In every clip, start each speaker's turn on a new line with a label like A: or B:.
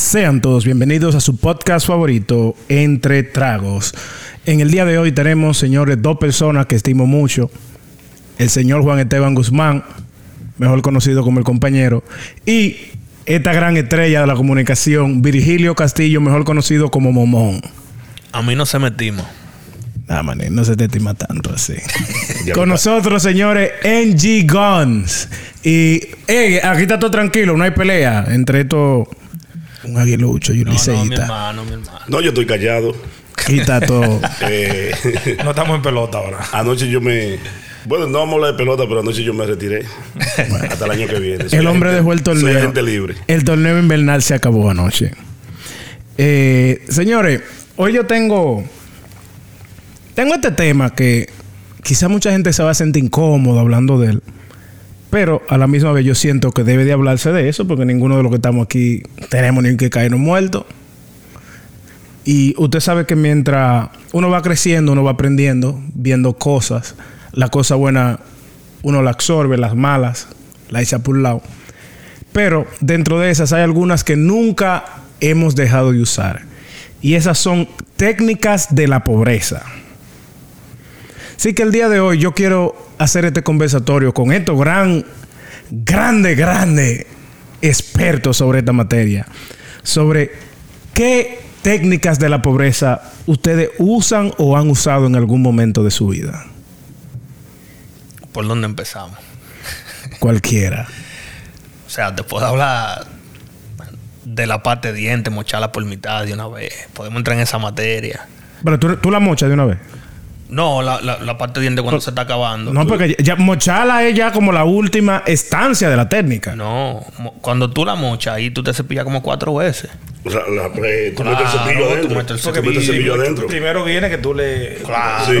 A: Sean todos bienvenidos a su podcast favorito, Entre Tragos. En el día de hoy tenemos, señores, dos personas que estimo mucho. El señor Juan Esteban Guzmán, mejor conocido como el compañero, y esta gran estrella de la comunicación, Virgilio Castillo, mejor conocido como Momón.
B: A mí no se metimos.
A: Ah, mané, no se te estima tanto así. Con nosotros, señores, NG Guns. Y eh, aquí está todo tranquilo, no hay pelea entre estos. Un aguilucho y un
B: No, no, mi
A: liceísta.
B: hermano, mi hermano.
C: No, yo estoy callado.
A: Aquí está todo.
C: Eh,
D: No estamos en pelota ahora.
C: anoche yo me. Bueno, no vamos a hablar de pelota, pero anoche yo me retiré. Hasta el año que viene. Soy
A: el hombre
C: agente-
A: dejó el torneo.
C: Soy agente libre.
A: El torneo invernal se acabó anoche. Eh, señores, hoy yo tengo. Tengo este tema que quizá mucha gente se va a sentir incómodo hablando de él. Pero a la misma vez yo siento que debe de hablarse de eso porque ninguno de los que estamos aquí tenemos ni que caernos muertos. Y usted sabe que mientras uno va creciendo, uno va aprendiendo, viendo cosas, las cosas buenas uno las absorbe, las malas las echa por un lado. Pero dentro de esas hay algunas que nunca hemos dejado de usar. Y esas son técnicas de la pobreza. Así que el día de hoy yo quiero hacer este conversatorio con estos gran, grande, grande expertos sobre esta materia. Sobre qué técnicas de la pobreza ustedes usan o han usado en algún momento de su vida.
B: ¿Por dónde empezamos?
A: Cualquiera.
B: O sea, te puedo hablar de la parte de diente, mocharla por mitad de una vez. Podemos entrar en esa materia.
A: Pero tú, tú la mochas de una vez.
B: No, la, la- la parte de diente cuando se está acabando.
A: No, porque ya, mochala es ya como la última estancia de la técnica.
B: No, mo- cuando tú la mochas ahí, tú te cepillas como cuatro veces.
C: O sea, la- eh, tú metes
B: Claro,
C: el cepillo
B: tú
C: adentro.
B: metes el
C: Tú metes el cepillo adentro.
D: Primero viene que tú le.
C: Sí.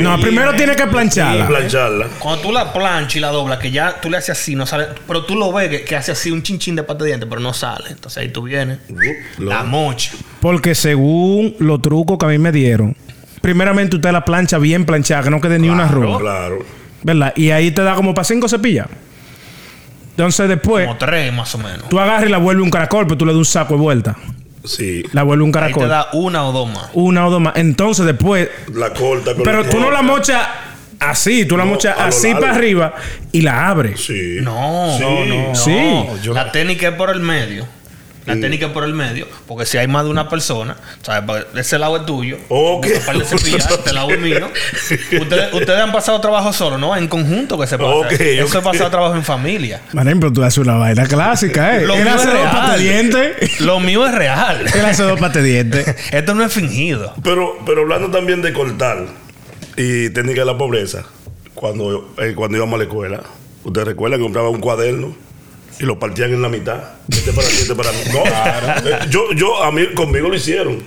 A: No, primero tiene que plancharla.
C: Plancharla.
B: Cuando tú la planchas y la doblas, que ya tú le haces así, no sale. Pero tú lo ves que, que hace así un chinchín de parte de diente, pero no sale. Entonces ahí tú vienes.
C: Lo-
B: La mocha.
A: Porque según los trucos que a mí me dieron, primeramente usted la plancha bien planchada, que no quede ni una arruga.
C: Claro.
A: ¿Verdad? Y ahí te da como para cinco cepillas. Entonces después,
B: Como tres más o menos.
A: tú agarras y la vuelves un caracol, pero tú le das un saco de vuelta.
C: Sí.
A: La vuelves un
B: Ahí te
A: caracol.
B: da una o dos más.
A: Una o dos más. Entonces después,
C: La corta. con
A: pero
C: la
A: tú no
C: corta.
A: la mochas así, tú la
C: No,
A: mochas
C: a lo
A: así
C: largo.
A: para arriba y la abres.
C: Sí.
B: No,
C: Sí.
B: no, no.
A: Sí.
B: No, la técnica es por el medio. La técnica es por el medio. Porque si hay más de una persona, ¿sabes? Porque Ese lado es tuyo.
C: Ok.
B: Un par de cepillas, este lado es mío. Ustedes, ustedes han pasado trabajo solo, ¿no? En conjunto que se pasa.
C: Ok,
B: Eso es
C: ok.
B: pasado trabajo en familia.
A: Marín, pero tú haces una vaina clásica, ¿eh?
B: Lo
A: Él
B: mío es
A: hace dos
B: real.
A: patedientes.
B: Lo mío es real.
A: Él hace dos patedientes.
B: Esto no es fingido.
C: Pero, pero hablando también de cortar y técnica de la pobreza, cuando, eh, cuando íbamos a la escuela, ¿ustedes recuerdan que compraba un cuaderno? Y lo partían en la mitad. Este para ti, este para mí. No, eh, yo, yo, a mí, conmigo lo hicieron.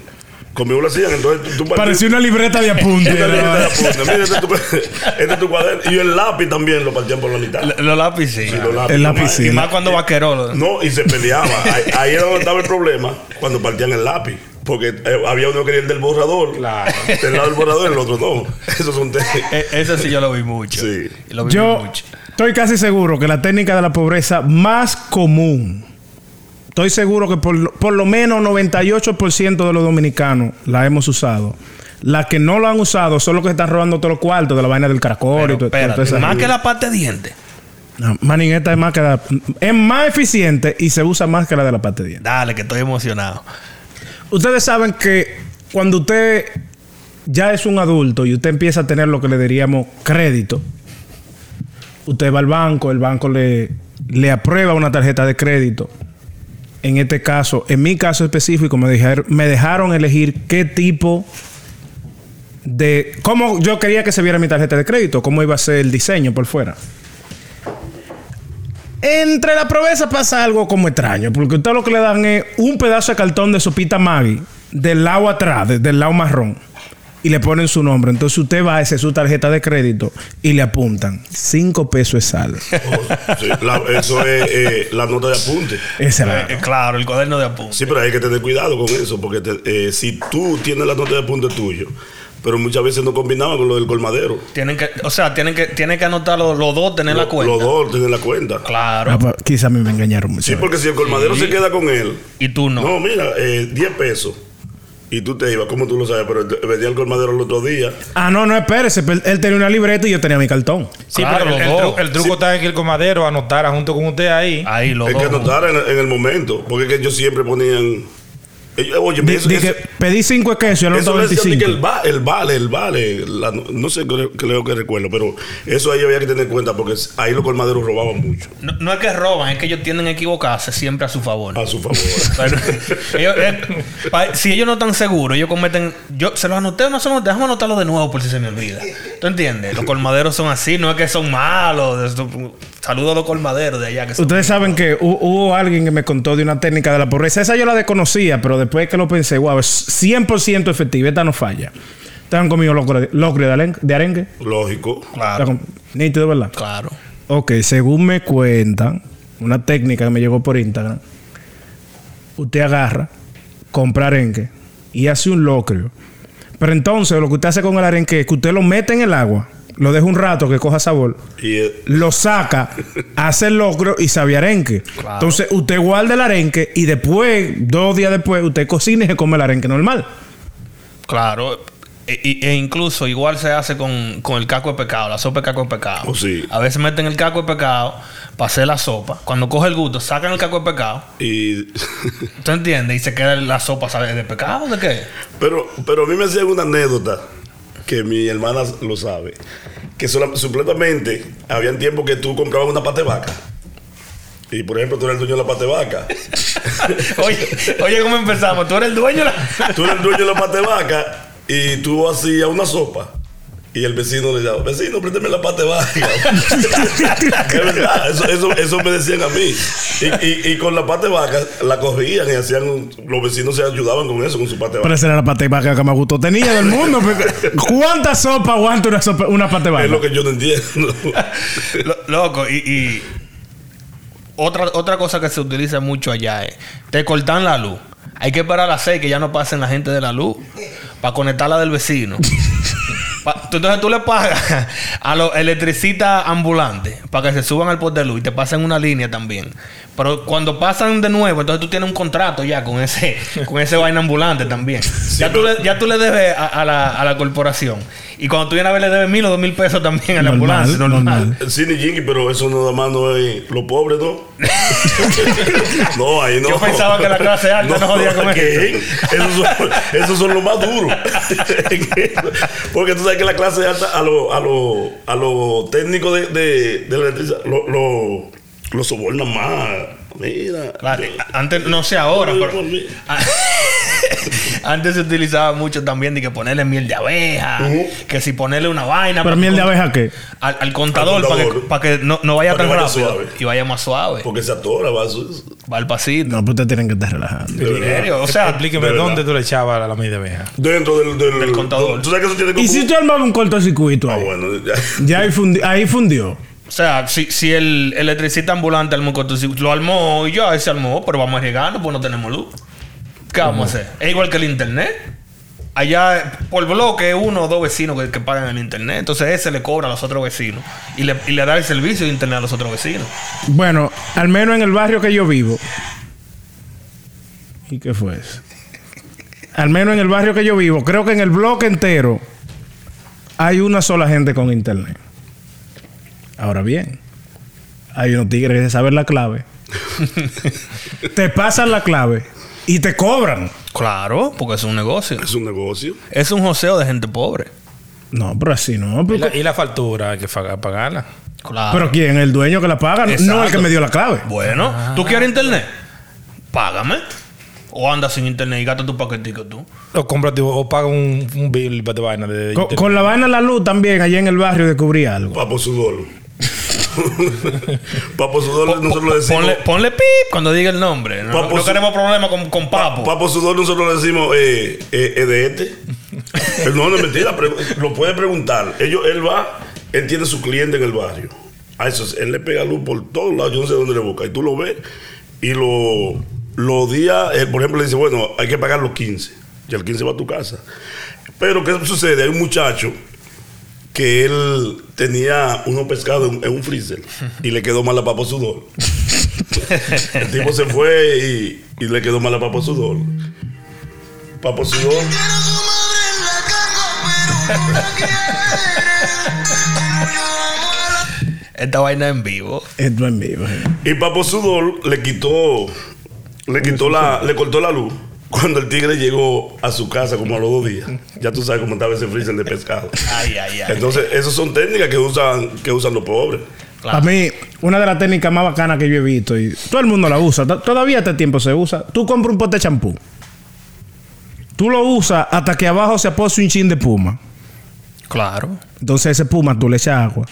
C: Conmigo lo hacían. Entonces tú partías-
A: Parecía una libreta de apunte.
C: Esta
A: ¿verdad?
C: libreta de apuntes. Mira, este es tu- este es tu cuaderno. Y el lápiz también lo partían por la mitad.
B: L- Los lápices.
C: Sí, los lápices.
A: El lápiz,
B: Y
A: sí.
B: más cuando vaqueró.
C: No, y se peleaba. Ahí, ahí era donde estaba el problema, cuando partían el lápiz. Porque eh, había uno que quería el del borrador.
D: Claro.
C: Del lado del borrador, el otro no. Eso es un tema.
B: E- Eso sí yo lo vi mucho.
C: Sí.
B: Lo vi
A: Yo
B: mucho.
A: estoy casi seguro que la técnica de la pobreza más común, estoy seguro que por, lo- por lo menos 98% de los dominicanos la hemos usado. Las que no lo han usado son los que están robando todos los cuartos de la vaina del caracol
B: Pero
A: y todo,
B: espérate,
A: toda esa
B: más que
A: gente.
B: la parte de diente.
A: No, manín, esta es más que la- es más eficiente y se usa más que la de la parte de dientes.
B: Dale, que estoy emocionado.
A: Ustedes saben que cuando usted ya es un adulto y usted empieza a tener lo que le diríamos crédito, usted va al banco, el banco le, le aprueba una tarjeta de crédito. En este caso, en mi caso específico, me dejaron, me dejaron elegir qué tipo de... cómo yo quería que se viera mi tarjeta de crédito, cómo iba a ser el diseño por fuera. Entre la pobreza pasa algo como extraño, porque usted lo que le dan es un pedazo de cartón de sopita Maggi del lado atrás, de- del lado marrón, y le ponen su nombre. Entonces usted va a ese su tarjeta de crédito y le apuntan cinco pesos de sal.
C: Sí, la- eso es eh, la nota de apunte.
A: Esa es
B: Eh,
A: la-
B: claro, el cuaderno de apuntes.
C: Sí, pero hay que tener cuidado con eso, porque te- eh, si tú tienes la nota de apunte tuyo, pero muchas veces no combinaba con lo del colmadero.
B: Tienen que, o sea, tienen que, tienen que anotar los, los dos, tener la
C: Lo-
B: cuenta.
C: Los dos tienen la cuenta.
B: Claro.
A: Ah, pa- quizá a mí me engañaron mucho.
C: Sí, porque si el colmadero
B: Sí.
C: se queda con él.
B: Y tú no.
C: No, mira, eh, 10 pesos. Y tú te ibas, como tú lo sabes, pero te- venía el colmadero el otro día.
A: Ah, no, no, espérese. pe- Él tenía una libreta y yo tenía mi cartón.
D: Sí,
B: Claro,
D: pero
B: los
D: el, el
B: dos.
D: tru- el truco está en que el comadero anotara junto con usted ahí.
B: Ahí los
C: el
B: dos.
C: que anotara en, en el momento, porque es que ellos siempre ponían. ellos- oye,
A: Di-
C: eso,
A: di
C: eso-
A: que pedí 5 esquesos y él
C: eso
A: anotó
C: le decían de
A: 25.
C: que el, va- el vale, el vale. la- no sé, creo, creo que recuerdo, pero eso ahí había que tener en cuenta, porque ahí los colmaderos robaban mucho.
B: No, no es que roban, es que ellos tienden a equivocarse siempre a su favor.
C: A su favor.
B: Pero ellos- eh, pa- si ellos no están seguros, ellos cometen. Yo se los anoté o no se los anoté, déjame anotarlo de nuevo por si se me olvida. ¿Tú entiendes? Los colmaderos son así, no es que son malos. Esto- Saludo a los colmaderos de allá que son.
A: Ustedes saben que hu- hubo alguien que me contó de una técnica de la pobreza. Esa yo la desconocía, pero después que lo pensé, wow, es 100% efectiva. Esta no falla. Estaban conmigo locre, locre de, aren- de arenque.
C: Lógico.
A: Está
B: Claro.
A: con- Nítido, ¿verdad?
B: Claro.
A: Ok, según me cuentan, una técnica que me llegó por Instagram. Usted agarra, compra arenque y hace un locrio. Pero entonces lo que usted hace con el arenque es que usted lo mete en el agua, lo deja un rato que coja sabor,
C: Y eh,
A: lo saca, hace el locro y sabe arenque.
B: Claro.
A: Entonces usted guarda el arenque y después, dos días después, usted cocina y se come el arenque normal.
B: Claro. E, y- e incluso igual se hace con, con el caco de pecado, la sopa de caco de pecado.
C: Oh, sí.
B: A veces meten el caco de pecado para hacer la sopa. Cuando coge el gusto, sacan el caco de pecado.
C: y
B: ¿Tú entiendes? Y se queda la sopa, ¿sabes? ¿De pecado o de qué?
C: pero, pero a mí me hacían una anécdota que mi hermana lo sabe. Que sola- supletamente habían tiempo que tú comprabas una pata de vaca. Y por ejemplo, tú eres el dueño de la pata de vaca.
B: Oye, oye, ¿cómo empezamos? Tú eres el dueño de la...
C: Tú eres el dueño de la pata de vaca y tú hacías una sopa. Y el vecino le decía, vecino, préndeme la pata de vaca. es verdad, eso, eso, eso me decían a mí. Y, y- y con la pata de vaca la corrían y hacían, un- los vecinos se ayudaban con eso, con su pata
A: Pero
C: de vaca.
A: esa era la pata de vaca que más gusto tenía del mundo. porque ¿Cuánta sopa aguanta una, sopa, una pata de vaca?
C: Es lo que yo no entiendo.
B: Lo- loco, y... y Otra, otra cosa que se utiliza mucho allá es... Te cortan la luz. Hay que esperar a las seis que ya no pasen la gente de la luz para conectarla del vecino. Pa- tú- entonces tú le pagas a los electricistas ambulantes para que se suban al poste de luz y te pasen una línea también. Pero cuando pasan de nuevo, entonces tú tienes un contrato ya con ese, con ese vaina ambulante también. ya, tú le, ya tú le debes a, a la, a la corporación. Y cuando tú vienes a ver, le debes mil o dos mil pesos también a la
A: Normal,
B: ambulancia. Normal.
A: normal.
C: Sí, ni Jinky, pero eso nada más no es los pobres, ¿no? no, ahí no.
B: Yo pensaba que la clase alta no jodía con
C: ¿qué? Esos son, esos son los más duros. Porque tú sabes que la clase alta a los a los a los técnicos de, de, de la electricidad lo, lo, lo sobornan más. Mira.
B: Claro, antes, no sé ahora,
C: Yo-
B: pero. Antes se utilizaba mucho también de que ponerle miel de abeja,
C: Ujú.
B: que si ponerle una vaina.
A: ¿Pero
B: para-
A: miel de abeja qué?
B: Al, al contador,
C: Al
B: para que,
C: contador.
B: pa' que no, no vaya
C: Pa' que
B: tan
C: vaya
B: rápido
C: suave.
B: y vaya más suave.
C: Porque se atora, va. su-
B: Va al pasito.
A: No, pues ustedes tienen que estar relajando.
B: ¿En serio? O sea,
D: Explíqueme
C: de verdad.
D: dónde tú le echabas la, la media abeja.
C: Dentro del, del,
B: Del contador.
C: Tú sabes que eso tiene
A: ¿Y si tú armabas un cortocircuito
C: Ah,
A: ahí?
C: bueno, ya.
A: Ya ahí, fundi- ahí fundió.
B: o sea, si, si el electricista ambulante armó con tu- si lo armó y ya él se armó, pero vamos a arriesgarnos, pues no tenemos luz. ¿Qué vamos a hacer? Es igual que el internet. Allá eh, por bloque uno o dos vecinos que, que pagan el internet. Entonces ese le cobra a los otros vecinos. Y le, y le da el servicio de internet a los otros vecinos.
A: Bueno, al menos en el barrio que yo vivo. ¿Y qué fue eso? Al menos en el barrio que yo vivo, creo que en el bloque entero hay una sola gente con internet. Ahora bien, hay unos tigres que saben la clave. te pasan la clave y te cobran.
B: Claro, porque es un negocio.
C: Es un negocio.
B: Es un joseo de gente pobre.
A: No, pero así no.
D: Y
A: porque-
D: la, y la factura, hay que fa- pagarla.
B: Claro.
A: Pero ¿quién? ¿El dueño que la paga? No
B: Exacto.
A: el que me dio la clave.
B: Bueno, ¿tú quieres internet? Págame. O anda sin internet y gasta tu paquetico tú.
D: O cómprate o- o paga un, un bill de vaina. De, de
A: Con,
D: internet.
A: con la vaina de la luz también, allá en el barrio descubrí algo.
C: Papo Sudolo. Papo Sudolo, nosotros le decimos.
B: Ponle, ponle pip cuando diga el nombre. No,
C: Papo
B: no
C: su-
B: queremos problemas con, con Papo.
C: Papo Sudolo, nosotros le decimos eh, eh, EDT. no, no es mentira, pre- lo puede preguntar. Ellos, él va, él tiene su cliente en el barrio. A eso, él le pega luz por todos lados, yo no sé dónde le busca. Y tú lo ves y lo, los días, eh, por ejemplo, le dice, bueno, hay que pagar los 15. y al 15 va a tu casa. Pero, ¿qué sucede? Hay un muchacho que él tenía unos pescados en, en un freezer y le quedó mala papa sudor. El tipo se fue y, y le quedó mala papa sudor. Papo sudor.
E: Quiero su madre en la cargo, pero no la quiere. Yo amo a la
B: Esta vaina en vivo.
A: Esto en vivo. eh.
C: Y Papo Sudor le quitó, le quitó la, le cortó la luz cuando el tigre llegó a su casa como a los dos días. Ya tú sabes cómo estaba ese freezer de pescado.
B: Ay, ay, ay.
C: Entonces, esas son técnicas que usan, que usan los pobres.
B: Claro.
A: Para mí, una de las técnicas más bacanas que yo he visto y todo el mundo la usa. to- Todavía este tiempo se usa. Tú compras un pote de champú. Tú lo usas hasta que abajo se apose un chin de puma.
B: Claro.
A: Entonces ese puma tú le echas agua.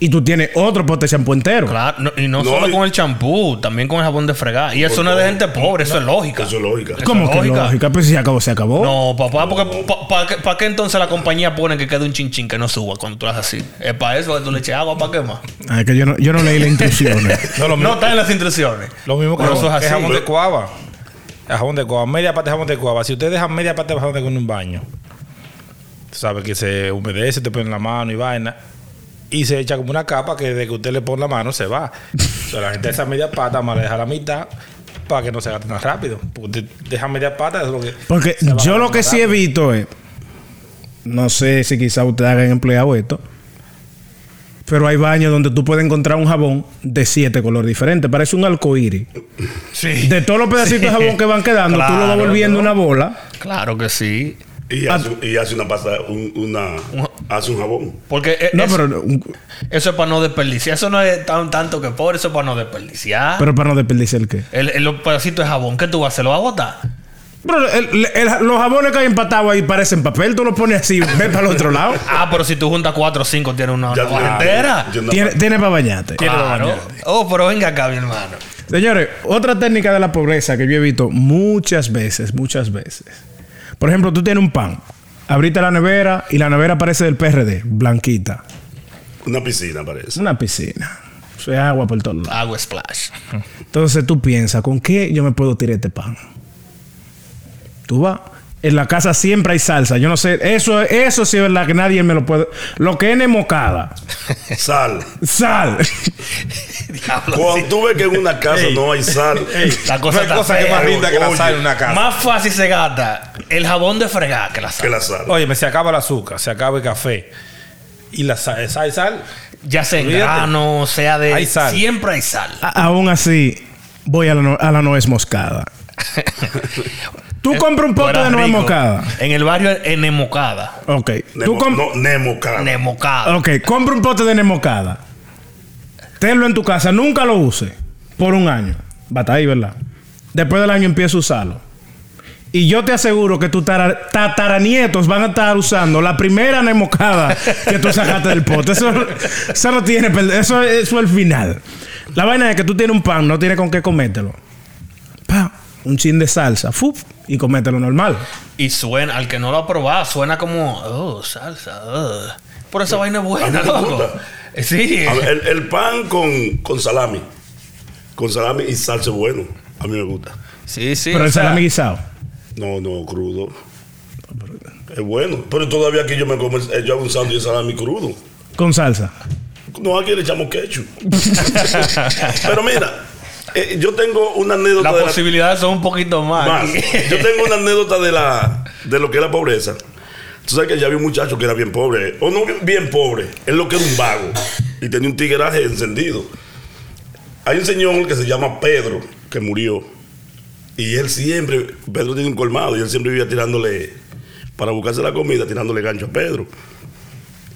A: Y tú tienes otro pote de champú entero.
B: Claro, no- y no,
C: No,
B: solo
C: y-
B: con el champú, también con el jabón de fregar. Y eso no es de gente pobre, eso es lógica.
C: Eso es lógica.
A: ¿Cómo que
B: lógica.
A: lógica? Pues si se acabó, se acabó.
B: No, papá, porque ¿para qué, pa' qué entonces la compañía pone que quede un chinchín que no suba cuando tú lo haces así? Es para eso que tú le eches agua, ¿para qué más?
A: Ah, es que yo no, yo no leí las instrucciones.
D: No, lo mismo,
B: No está en las instrucciones.
D: lo mismo que
B: Pero eso
D: jabón,
B: es
D: que
B: así.
D: jabón de cuava. El jabón de cuava, media parte de jabón de cuava. Si usted deja media parte de jabón de cuava en un baño, tú sabes que se humedece, te ponen la mano y vaina. Y se echa como una capa que desde que usted le pone la mano se va. O sea, la gente esa media pata más le deja la mitad para que no se gaste tan rápido. Porque usted deja media pata, eso es lo que.
A: Porque
D: se va
A: yo lo
D: gastando
A: que sí
D: rápido.
A: evito es, no sé si quizás ustedes hagan empleado esto, pero hay baños donde tú puedes encontrar un jabón de siete colores diferentes. Parece un arcoíris.
B: Sí.
A: De todos los pedacitos de jabón que van quedando, tú lo vas
B: Claro,
A: volviendo
B: ¿no?
A: una bola.
B: Claro que sí.
C: Y hace, y hace una pasta, un- una, hace un jabón.
B: Porque e-
A: No,
B: eso,
A: pero,
B: eso es para no desperdiciar. Eso no es tan tanto que pobre, eso es para no desperdiciar.
A: pero para no desperdiciar el qué.
B: el, el- los pedacitos de jabón que tú vas, se lo vas a botar.
A: Pero el- el- los jabones que hay empatados ahí parecen papel, tú los pones así, ves para el otro lado.
B: Ah, pero si tú juntas cuatro o cinco, tienes una, una
C: Ya
B: barra
C: tiene-
B: entera.
C: tiene una
A: Tiene,
C: pasta.
A: tiene para bañarte.
B: Claro. Oh, pero venga acá, mi hermano.
A: Señores, otra técnica de la pobreza que yo he visto muchas veces, muchas veces. Por ejemplo, tú tienes un pan, abriste la nevera y la nevera parece del PRD, blanquita.
C: una piscina
A: Es
C: parece.
A: una piscina. Eso es agua por todos lados.
B: Agua splash.
A: Entonces tú piensas, ¿con qué yo me puedo tirar este pan? Tú vas. En la casa siempre hay salsa. Yo no sé. Eso, eso sí es verdad que nadie me lo puede. Lo que es nemocada.
C: Sal.
A: Sal.
B: Diablo,
C: Cuando
B: sí.
C: tú ves que en una casa
D: Ey.
C: no hay sal,
B: La
D: No
B: cosa
D: hay
B: está
D: cosa que
B: fea,
D: más rinda que la
C: oye.
D: sal en una casa.
B: Más fácil se gasta el jabón de fregar que la
C: que
B: sal.
C: la sal.
D: Oye, me se acaba el azúcar, se acaba el café. Y la sal, sal, sal.
B: Ya sea en
D: Olvídate.
B: grano, sea de.
D: Hay sal.
B: Siempre hay sal.
A: A- aún así, voy a la, no- a la nuez moscada. tú compras un pote
B: Fuera
A: de nuez
B: rico.
A: moscada.
B: En el barrio eh, enemocada.
A: Ok.
C: Nemo,
A: Tú com-
C: no, Nemo, cara.
B: Nemocada.
A: Ah, Ok, compra un pote de nemocada. Tenlo en tu casa, nunca lo uses por un año. Va a estar ahí, ¿verdad? Después del año empieza a usarlo. Y yo te aseguro que tus tara- tataranietos van a estar usando la primera nemocada que tú sacaste del pote. Eso, eso no tiene, perd- eso, eso es el final. La vaina es que tú tienes un pan, no tienes con qué comértelo. Pa, un chin de salsa, fuf, y comételo normal.
B: Y suena, al que no lo ha probado, suena como. Oh, salsa. oh. Por esa vaina es buena,
C: A mí me
B: loco.
C: gusta.
B: Sí.
C: A ver, el, el pan con, con salami. Con salami y salsa es bueno. A mí me gusta.
B: Sí, sí.
A: Pero
B: o
A: el
B: sea,
A: salami guisado.
C: No, no, crudo. Es bueno. Pero todavía aquí yo me como, el- yo hago un sándwich de salami crudo.
A: Con salsa.
C: No, aquí le echamos ketchup. Pero mira, eh, yo tengo una anécdota
B: Las
C: de la-
B: posibilidades son un poquito más.
C: más. Yo tengo una anécdota de la de lo que es la pobreza. Tú sabes que ya había un muchacho que era bien pobre, o no bien pobre, es lo que era un vago y tenía un tigueraje encendido. Hay un señor que se llama Pedro que murió y él siempre Pedro tiene un colmado y él siempre vivía tirándole para buscarse la comida tirándole gancho a Pedro.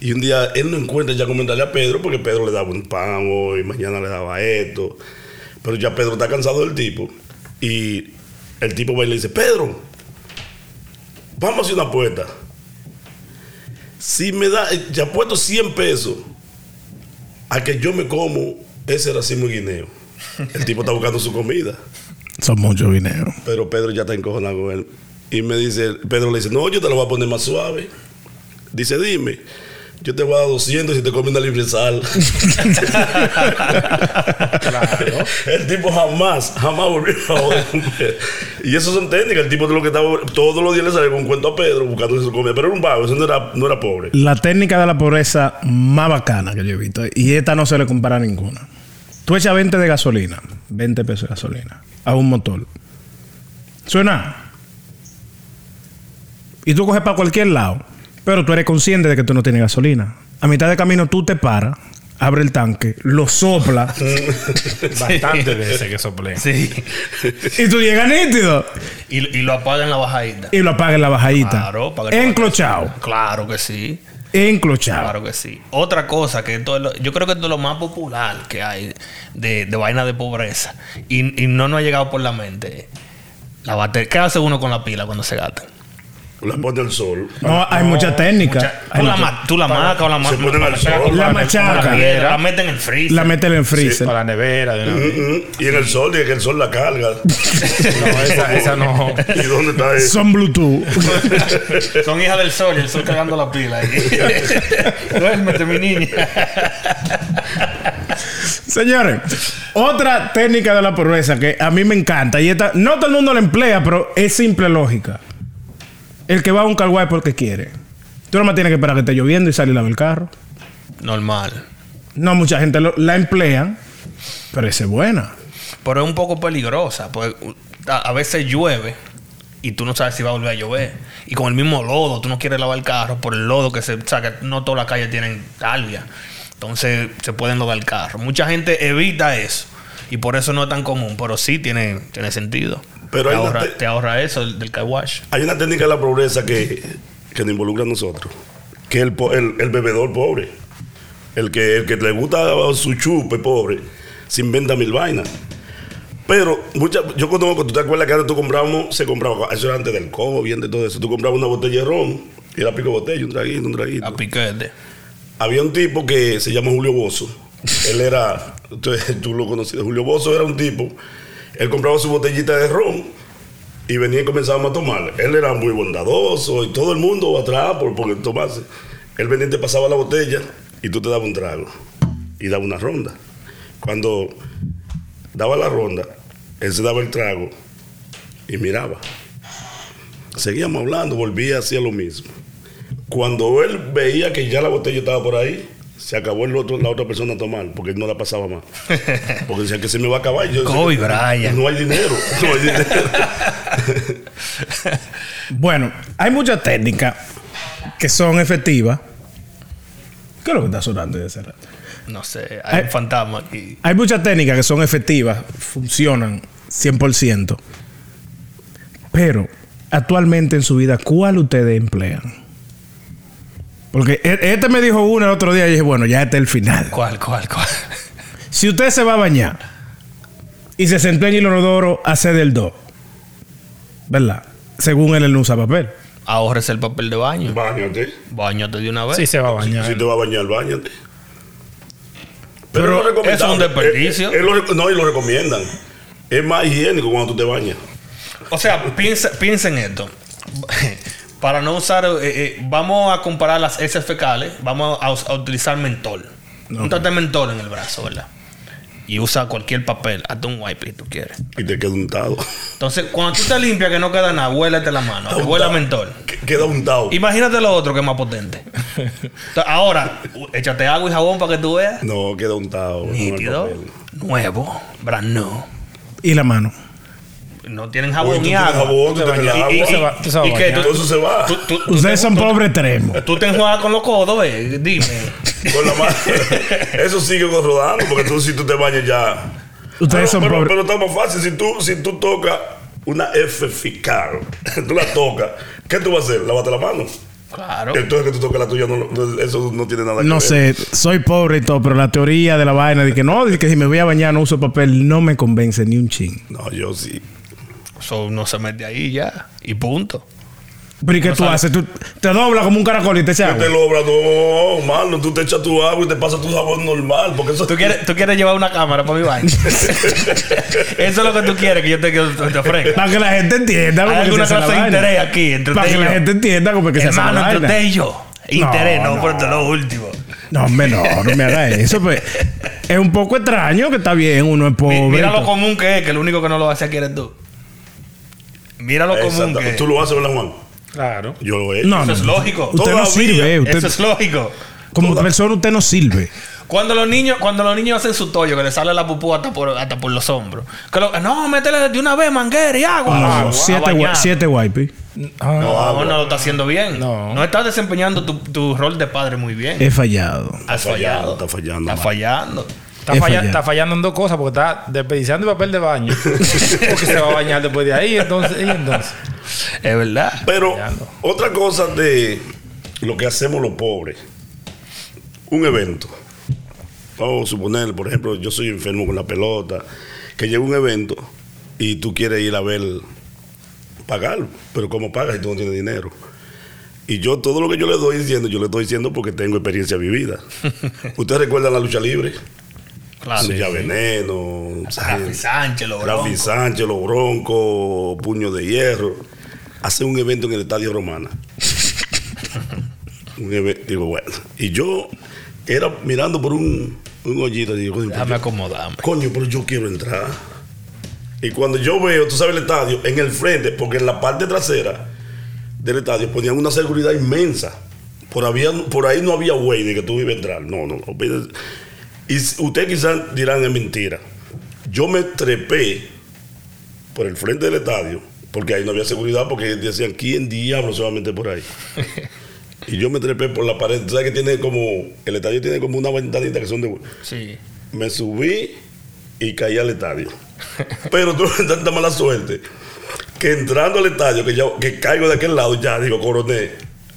C: Y un día él no encuentra ya comentarle a Pedro porque Pedro le daba un pan hoy, mañana le daba esto. Pero ya Pedro está cansado del tipo. Y el tipo va y le dice, Pedro, vamos a hacer una apuesta. Si me da, ya apuesto 100 pesos a que yo me como ese racimo de guineo. El tipo está buscando su comida.
A: Son muchos dineros.
C: Pero Pedro ya está encojonado con él. Y me dice, Pedro le dice, no, yo te lo voy a poner más suave. Dice, dime, Yo te voy a dar 200 si te comes una libre sal. El tipo jamás, jamás volvió a joder. Y eso son técnicas. El tipo de lo que estaba. Todos los días le salía con un cuento a Pedro buscando su comida. Pero era un vago, eso no era, no era pobre.
A: La técnica de la pobreza más bacana que yo he visto. Y esta no se le compara a ninguna. Tú echas 20 de gasolina, 20 pesos de gasolina, a un motor. Suena. Y tú coges para cualquier lado. Pero tú eres consciente de que tú no tienes gasolina. A mitad de camino tú te paras, abre el tanque, lo sopla
D: Bastante de ese que soplé.
B: Sí.
A: y tú llegas nítido.
B: Y, y lo apagan en la bajadita.
A: Y lo apagas en la bajadita.
B: Claro, para que no-
A: Enclochado.
B: Claro que sí.
A: Enclochado.
B: Claro que sí. Otra cosa que esto es lo- yo creo que esto es lo más popular que hay de, de vaina de pobreza y, y no nos ha llegado por la mente. La batería. ¿Qué hace uno con la pila cuando se gasta?
C: La pone al sol.
A: No, hay muchas técnicas.
B: Mucha-
A: Hay
B: tú, la,
A: muchas-
B: ma- tú la marcas o la ma-
C: Se ponen al
B: machaca
C: sol.
B: con
A: La
B: con
A: machaca.
B: La, piedra, la meten en el freezer.
A: La meten en freezer.
D: Para la nevera. de una
C: Mm,
D: vez.
C: mm. Y en el sol, y que el sol la carga.
D: No, esa, esa no.
C: ¿Y dónde está eso?
A: Son Bluetooth.
B: Son hijas del sol y el sol cagando la pila. ahí. Duérmete, mi niña.
A: Señores, otra técnica de la pobreza que a mí me encanta. Y esta, no todo el mundo la emplea, pero es simple lógica. El que va a un carguay porque quiere. Tú nomás tienes que esperar que esté lloviendo y salir a ver el carro.
B: Normal.
A: No, mucha gente lo- la emplean, pero esa es buena.
B: Pero es un poco peligrosa, porque uh, a, a veces llueve y tú no sabes si va a volver a llover. Y con el mismo lodo, tú no quieres lavar el carro por el lodo que se o sea, que no todas las calles tienen alga. Entonces se pueden lodar el carro. Mucha gente evita eso. Y por eso no es tan común, pero sí tiene, tiene sentido. te,
C: Pero hay una
B: ahorra,
C: te-
B: te ahorra eso del, del car wash.
C: Hay una técnica de la pobreza que, que nos involucra a nosotros, que es el, po- el- el bebedor pobre. El que, el que le gusta su chupe pobre, se inventa mil vainas. Pero mucha, yo conozco, tú te acuerdas que antes tú compramos, se compraba, eso era antes del COVID, antes de todo eso, tú comprabas una botella de ron, y era pico botella, un traguito, un traguito.
B: A piquete.
C: Había un tipo que se llama Julio Bozo. Él era, tú, tú lo conocías, Julio Bozo era un tipo, él compraba su botellita de ron y venía y comenzábamos a tomar. Él era muy bondadoso y todo el mundo atrás por, por tomarse. Él venía y te pasaba la botella y tú te dabas un trago y daba una ronda. Cuando daba la ronda, él se daba el trago y miraba. Seguíamos hablando, volvía, hacía lo mismo. Cuando él veía que ya la botella estaba por ahí, se acabó el otro, la otra persona a tomar, porque él no la pasaba más. Porque decía que se me va a acabar. Y Yo decía,
B: Kobe Bryant.
C: No hay dinero. No hay dinero.
A: Bueno, hay muchas técnicas que son efectivas. ¿Qué es lo que está sonando de ese rato?
B: No sé, hay
A: Eh.
B: un fantasma aquí.
A: Hay muchas técnicas que son efectivas, funcionan 100%. Pero actualmente en su vida, ¿cuál ustedes emplean? Porque e- este me dijo una el otro día y dije, bueno, ya este es el final.
B: ¿Cuál, cuál, cuál?
A: Si usted se va a bañar y se sentó en el inodoro, hace del 2. ¿Verdad? Según él, él no usa papel.
B: Ahorres el papel de baño.
C: Báñate.
B: Báñate de una vez.
D: Sí, se va a bañar.
C: Si te va a bañar, bañate.
B: Pero
C: lo recomendable.
B: eso es un desperdicio.
C: Eh, eh, lo rec- no, y lo recomiendan. Es más higiénico cuando tú te bañas.
B: O sea, piensa, piensa en esto. Para no usar, eh, eh, vamos a comparar las heces fecales, vamos a, us- a utilizar mentol. Úntate mentol en el brazo, ¿verdad? Y usa cualquier papel, hasta un wipe si tú quieres.
C: Y te queda untado.
B: Entonces, cuando tú te limpias que no queda nada, huélete la mano, que huela mentol.
C: Que- Queda untado.
B: Imagínate lo otro que es más potente. Entonces, ahora, u- échate agua y jabón para que tú veas.
C: No, queda untado. no hay
B: Nítido,
C: papel.
B: nuevo, brand new.
A: Y la mano.
B: No tienen
C: Uy,
B: jabón
C: tú
B: ni
C: tienes
B: agua.
C: jabón, tú te
D: bañas.
C: relajas.
D: Y- y- se va- tú se va
B: ¿Y qué?
D: bañando.
B: Tú-
C: Entonces se va.
B: tú- tú- tú
A: Ustedes
B: te-
A: son
B: tú-
A: pobres extremos.
B: Tú te enjuagas con los codos, eh. Dime.
C: Con la mano. Eso sigue rodando, porque tú si tú te bañas ya.
A: Ustedes
C: pero,
A: son
C: pero,
A: pobres.
C: pero está más fácil. Si tú, si tú tocas una F fiscal, tú la tocas, ¿qué tú vas a hacer? Lavate la mano.
B: Claro.
C: Entonces que tú toques la tuya, no, lo- eso no tiene nada que
A: No
C: ver.
A: sé, soy pobre y todo, pero la teoría de la vaina de que no, de que si me voy a bañar no uso papel, no me convence ni un ching.
C: No, yo sí.
B: Eso no se mete ahí ya. Y punto.
A: Pero ¿y qué tú
B: sale.
A: haces? Tú te doblas como un caracol y te echas
B: Ah.
C: Yo
A: agua.
C: te lo obra, no, mano. Tú te echas tu agua y te pasas tu jabón normal. Porque eso
B: ¿Tú quieres, tú quieres llevar una cámara para mi baño? Eso es lo que tú quieres que yo te, que te te ofrezca.
A: Para que la gente entienda
B: Hay
A: cómo es que
B: alguna
A: se hace la
B: clase de
A: vaina.
B: interés aquí entre
A: Para
B: usted
A: que
B: y
A: la
B: yo.
A: gente entienda como que se hace la
B: Hermano, entre
A: vaina.
B: usted y yo. Interés, no,
A: no.
B: pero esto es lo último.
A: No, hombre, no, no me haga eso. Pues. Es un poco extraño que está bien, uno es
B: Mi-
A: pobre.
B: mira lo
A: entonces-
B: común que es, que el único que no lo hace aquí eres tú. Mira lo común
C: Exacto.
B: que es.
C: Tú lo haces, ¿verdad, Juan?
D: Claro.
C: Yo lo he hecho.
A: No,
B: Eso
A: no,
B: es
A: no.
B: lógico.
A: Usted no
C: Todavía.
A: sirve. Eh, Usted,
B: Eso es lógico.
A: como
C: toda-
A: persona, usted no sirve.
B: Cuando los niños, cuando los niños hacen su tollo, que le sale la pupú hasta por, hasta por los hombros. Que lo- no, métele de una vez manguera y agua.
A: No,
B: agua, a
A: Ah, siete,
B: bañar.
A: gua- siete wipes.
D: Ah,
B: No, no lo está haciendo bien.
D: No.
B: No, estás desempeñando tu, tu rol de padre muy bien.
A: He fallado.
B: Has fallado.
C: Está fallando,
B: Está
C: man.
B: fallando.
D: Está,
A: He
D: falla-
A: fallado.
D: está fallando en dos cosas porque está desperdiciando el papel de baño. porque se va a bañar después de ahí. Entonces, y entonces.
B: Es verdad.
C: Pero
D: Fallando.
C: otra cosa de lo que hacemos los pobres. Un evento. Vamos a suponer, por ejemplo, yo soy enfermo con la pelota, que llega un evento y tú quieres ir a ver, pagarlo. Pero ¿cómo pagas si tú no tienes dinero? Y yo todo lo que yo le doy diciendo, yo le estoy diciendo porque tengo experiencia vivida. ¿Ustedes recuerdan la lucha libre?
B: Claro.
C: Lucha Veneno,
B: Rafi
C: Sánchez.
B: Sánchez, lo
C: Rafi
B: Bronco.
C: Sánchez, los Broncos, Puño de Hierro, hace un evento en el Estadio Romana. un evento, digo, bueno. Y yo era mirando por un, un hoyito y digo, coño,
B: Déjame
C: pero yo-
B: acomodarme.
C: coño, pero yo quiero entrar. Y cuando yo veo, tú sabes, el estadio, en el frente, porque en la parte trasera del estadio ponían una seguridad inmensa. Por, había, por ahí no había way de que tú ibas a entrar. No, no, no. Y s- ustedes quizás dirán es mentira. Yo me trepé por el frente del estadio, porque ahí no había seguridad, porque decían, ¿quién diablo se va a meter por ahí? y yo me trepé por la pared. ¿Tú sabes que tiene como, el estadio tiene como una ventanita que son de...
B: Sí.
C: Me subí y caí al estadio. Pero tuve tanta mala suerte que entrando al estadio, que, ya, que caigo de aquel lado, ya digo, coroné.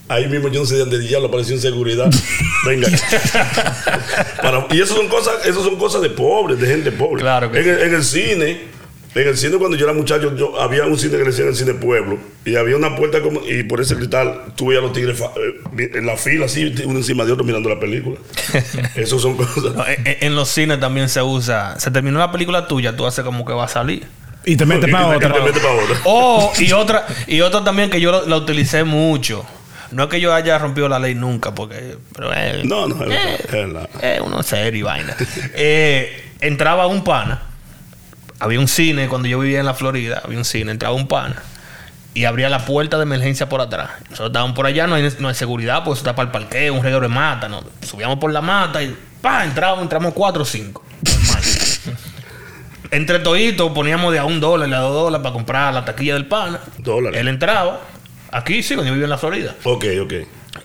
C: Ahí mismo yo no sé de dónde diablo apareció inseguridad. Venga. Para- y eso son cosas, eso son cosas de pobres, de gente pobre.
B: Claro que
C: en, el, en el cine, en el cine cuando yo era muchacho, yo- había un cine que le decían el cine pueblo. Y había una puerta como, y por ese cristal tú veías a los tigres fa- eh, en la fila así, uno encima de otro mirando la película. Eso son cosas.
B: No, en, en- en los cines también se usa. Se terminó la película tuya, tú haces como que va a salir.
A: Y te metes
C: Y
A: para
C: te-
A: otra.
C: te mete pa' otra.
B: Oh, y otra, y otra también que yo lo- la utilicé mucho. No es que yo haya rompido la ley nunca, porque. Pero eh,
C: No, no, es verdad,
B: eh,
C: es verdad.
B: eh, uno es serio y vaina. Eh, entraba un pana. Había un cine cuando yo vivía en la Florida. Había un cine, entraba un pana. Y abría la puerta de emergencia por atrás. Nosotros estábamos por allá, no hay, no hay seguridad, pues eso está para el parqueo, un reguero de mata. ¿no? Subíamos por la mata y pa, entramos, entramos cuatro o cinco. Normal. Entre toditos poníamos de a un dólar, de a dos dólares para comprar la taquilla del pana.
C: Dólares.
B: Él entraba, aquí sí, cuando yo vivía en la Florida.
C: Ok, ok.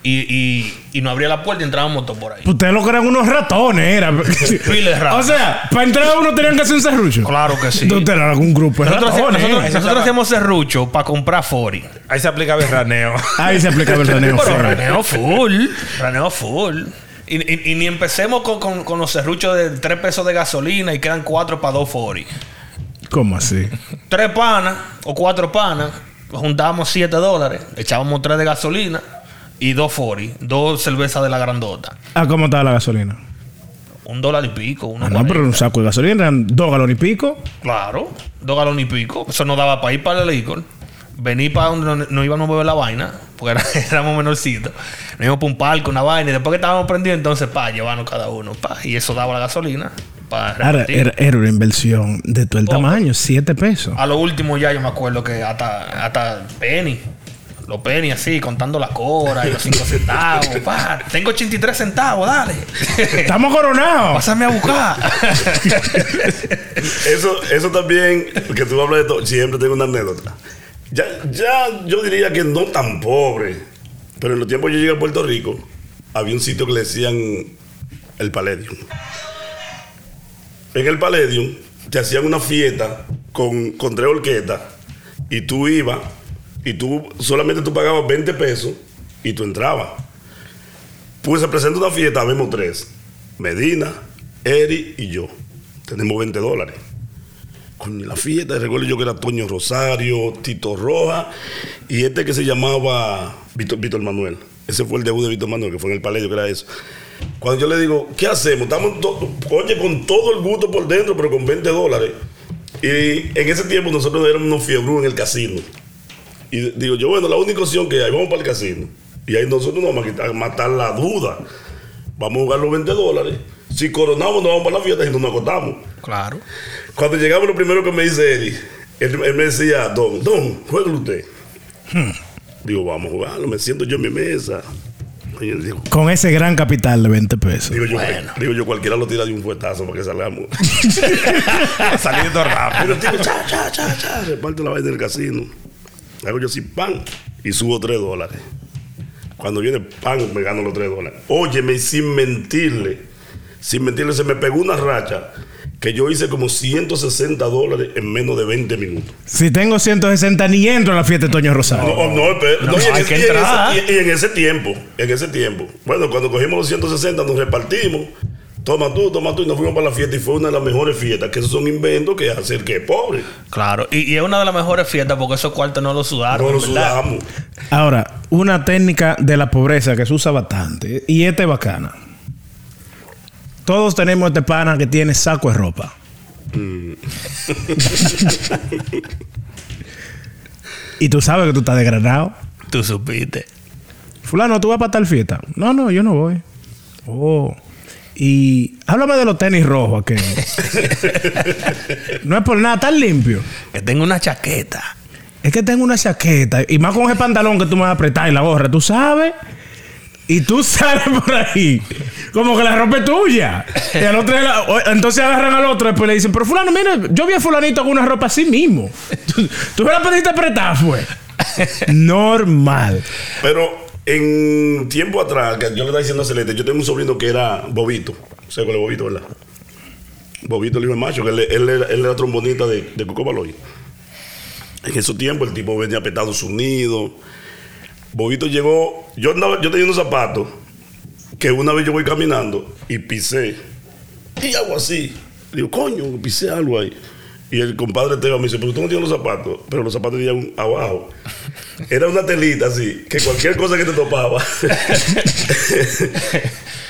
B: Y, y, y no abría la puerta y entrábamos todos por ahí.
A: Ustedes lo que eran unos ratones, era.
B: Pile de ratas.
A: o sea, para entrar uno tenían que hacer un serrucho.
B: Claro que sí.
A: Usted era algún grupo de
B: Nosotros, hacíamos-
A: ratones.
B: nosotros-
A: ¿eh?
D: Esa
B: nosotros
D: estaba-
B: hacíamos serrucho para comprar Fori.
D: Ahí se aplica berraneo.
A: Ahí se aplicaba el raneo.
B: Pero
A: feo.
B: raneo full. Raneo full. Y, y- y ni empecemos con, con- con los serruchos de 3 pesos de gasolina y quedan 4 para 2 Fori.
A: ¿Cómo así?
B: Tres panas o cuatro panas, juntábamos 7 dólares, echábamos 3 de gasolina y 2 Fori, dos cervezas de la grandota.
A: Ah, ¿cómo estaba la gasolina?
B: Un dólar y pico, uno
A: Ah, no, pero un saco de gasolina eran dos galones y pico.
B: Claro, dos galones y pico. Eso no daba para ir para el licor. Vení para donde no, no íbamos a beber la vaina, porque era- éramos menorcitos. Nos íbamos para un parque, una vaina, y después que estábamos prendidos, entonces, pa, llevarnos cada uno, pa. Y eso daba la gasolina. Pa,
A: Ahora,
B: repartir.
A: era, era una inversión de todo el
B: Poco.
A: tamaño, siete pesos.
B: A lo último ya yo me acuerdo que hasta, hasta penny. Los penny así, contando la cora y los cinco centavos. Pa, tengo 83 centavos, dale.
A: ¡Estamos coronados!
B: Pásame a buscar.
C: Eso, eso también, que tú hablas de todo, siempre tengo una anécdota. Ya, ya yo diría que no tan pobre, pero en los tiempos yo llegué a Puerto Rico, había un sitio que le decían el Palladium. En el Palladium te hacían una fiesta con, con tres orquestas y tú ibas y tú solamente tú pagabas 20 pesos y tú entrabas. Pues se presenta una fiesta, vemos tres. Medina, Eri y yo. Tenemos 20 dólares. Con la fiesta, recuerdo yo que era Toño Rosario, Tito Roja y este que se llamaba Víctor, Víctor Manuel. Ese fue el debut de Víctor Manuel, que fue en el Palacio, que era eso. Cuando yo le digo, ¿qué hacemos? Estamos, to- oye, con todo el gusto por dentro, pero con 20 dólares. Y en ese tiempo nosotros éramos unos fiebrú en el casino. Y digo yo, bueno, la única opción que hay, vamos para el casino. Y ahí nosotros nos vamos a quitar- matar la duda. Vamos a jugar los 20 dólares. Si coronamos, nos vamos para la fiesta y nos acotamos.
B: Claro.
C: Cuando llegamos, lo primero que me dice Eddie, él, él me decía, Don, Don, jueguelo usted. Digo, vamos a jugarlo, me siento yo en mi mesa. Y él dijo,
A: Con ese gran capital de 20 pesos.
C: digo, yo, digo yo, cualquiera lo tira de un fuetazo para que salgamos.
D: Saliendo
C: Pero
D: rápido.
C: el tipo, cha, cha, cha, cha, reparte la vaina del casino. Hago yo así, pan, y subo 3 dólares. Cuando viene pan, me gano los 3 dólares. Óyeme, sin mentirle, sin mentirle, se me pegó una racha que yo hice como 160 dólares en menos de 20 minutos.
A: Si tengo 160, ni entro a la fiesta de Toño Rosario.
C: No, oh, no, espera.
B: No,
C: No, y en
B: hay
C: ese-
B: que
C: y en
B: entrar.
C: ese- Y en ese tiempo, en ese tiempo. Bueno, cuando cogimos los 160 nos repartimos. Toma tú, toma tú y nos fuimos para la fiesta y fue una de las mejores fiestas, que esos son inventos que hace el que es pobre.
B: Claro. Y, y es una de las mejores fiestas porque esos cuartos no los sudaron.
C: No lo
B: ¿verdad?
C: sudamos.
A: Ahora, una técnica de la pobreza que se usa bastante. Y esta es bacana. Todos tenemos este pana que tiene saco de ropa. y tú sabes que tú estás desgranado.
B: Tú supiste.
A: Fulano, ¿tú vas para tal fiesta? No, no, yo no voy. Oh. Y háblame de los tenis rojos que no es por nada, tan limpio.
B: Que tengo una chaqueta.
A: Es que tengo una chaqueta y más con ese pantalón que tú me vas a apretar y la gorra, tú sabes. Y tú sales por ahí, como que la ropa es tuya. Y al otro, la- o- entonces agarran al otro después le dicen, pero fulano, mira, yo vi a fulanito con una ropa así mismo. Tú, tú me la pediste apretar, fue. Normal.
C: Pero en tiempo atrás, que yo le estaba diciendo a Celeste, yo tengo un sobrino que era Bobito. ¿Sabes cuál es Bobito, verdad? Bobito, el hijo de macho, que él, él era, él era trombonista de, de Coco Baloy. En esos tiempos el tipo venía para Estados Unidos. Bobito llegó, yo, andaba- yo tenía unos zapatos que una vez yo voy caminando y pisé. Y hago así. Digo, coño, pisé algo ahí. Y el compadre Teba me dice, pero tú no tienes los zapatos. Pero los zapatos tenían abajo. Era una telita así, que cualquier cosa que te topaba.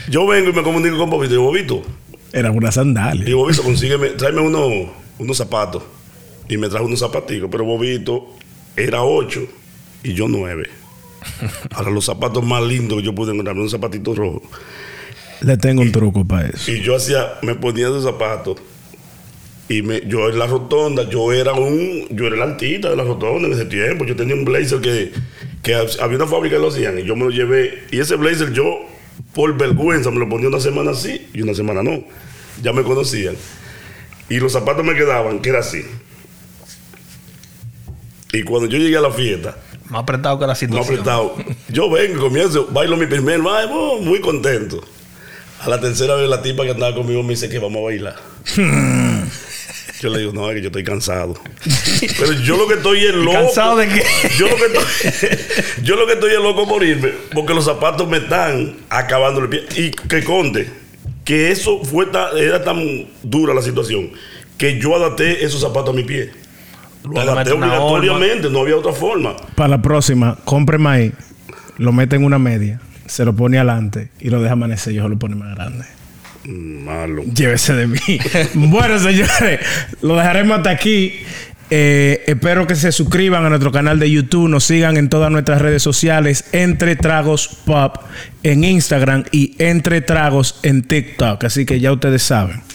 C: yo vengo y me comunico con Bobito. Digo, Bobito,
A: Era una sandalia.
C: digo, Bobito, consígueme, tráeme uno- unos zapatos. Y me trajo unos zapaticos. Pero Bobito era ocho y yo nueve. Ahora los zapatos más lindos que yo pude encontrar, unos zapatitos rojos.
A: Le tengo un truco para eso.
C: Y yo hacía, me ponía esos zapatos. Y me, yo en la rotonda, yo era un, yo era el artista de la rotonda en ese tiempo. Yo tenía un blazer que, que había una fábrica que lo hacían y yo me lo llevé. Y ese blazer yo, por vergüenza, me lo ponía una semana así y una semana no. Ya me conocían. Y los zapatos me quedaban, que era así. Y cuando yo llegué a la fiesta,
B: Más apretado que la
C: no
B: situación.
C: apretado. Yo vengo, comienzo, bailo mi primer baile, muy contento. A la tercera vez la tipa que andaba conmigo me dice que vamos a bailar. yo le digo, no, es que yo estoy cansado. Pero yo lo que estoy es loco.
B: ¿Cansado de qué?
C: Yo lo que estoy, yo lo que estoy es loco morirme, porque los zapatos me están acabando el pie. Y que conte, que eso fue tan- era tan dura la situación, que yo adapté esos zapatos a mi pie. Lo
B: Usted le
C: adapté
B: mete una horma.
C: obligatoriamente, no había otra forma.
A: Para la próxima, compre maíz, lo mete en una media, se lo pone adelante y lo deja amanecer. Yo se lo pone más grande.
C: Malo.
A: Llévese de mí. bueno, señores, lo dejaremos hasta aquí. Eh, espero que se suscriban a nuestro canal de YouTube, nos sigan en todas nuestras redes sociales, Entre Tragos Pop en Instagram y Entre Tragos en TikTok. Así que ya ustedes saben.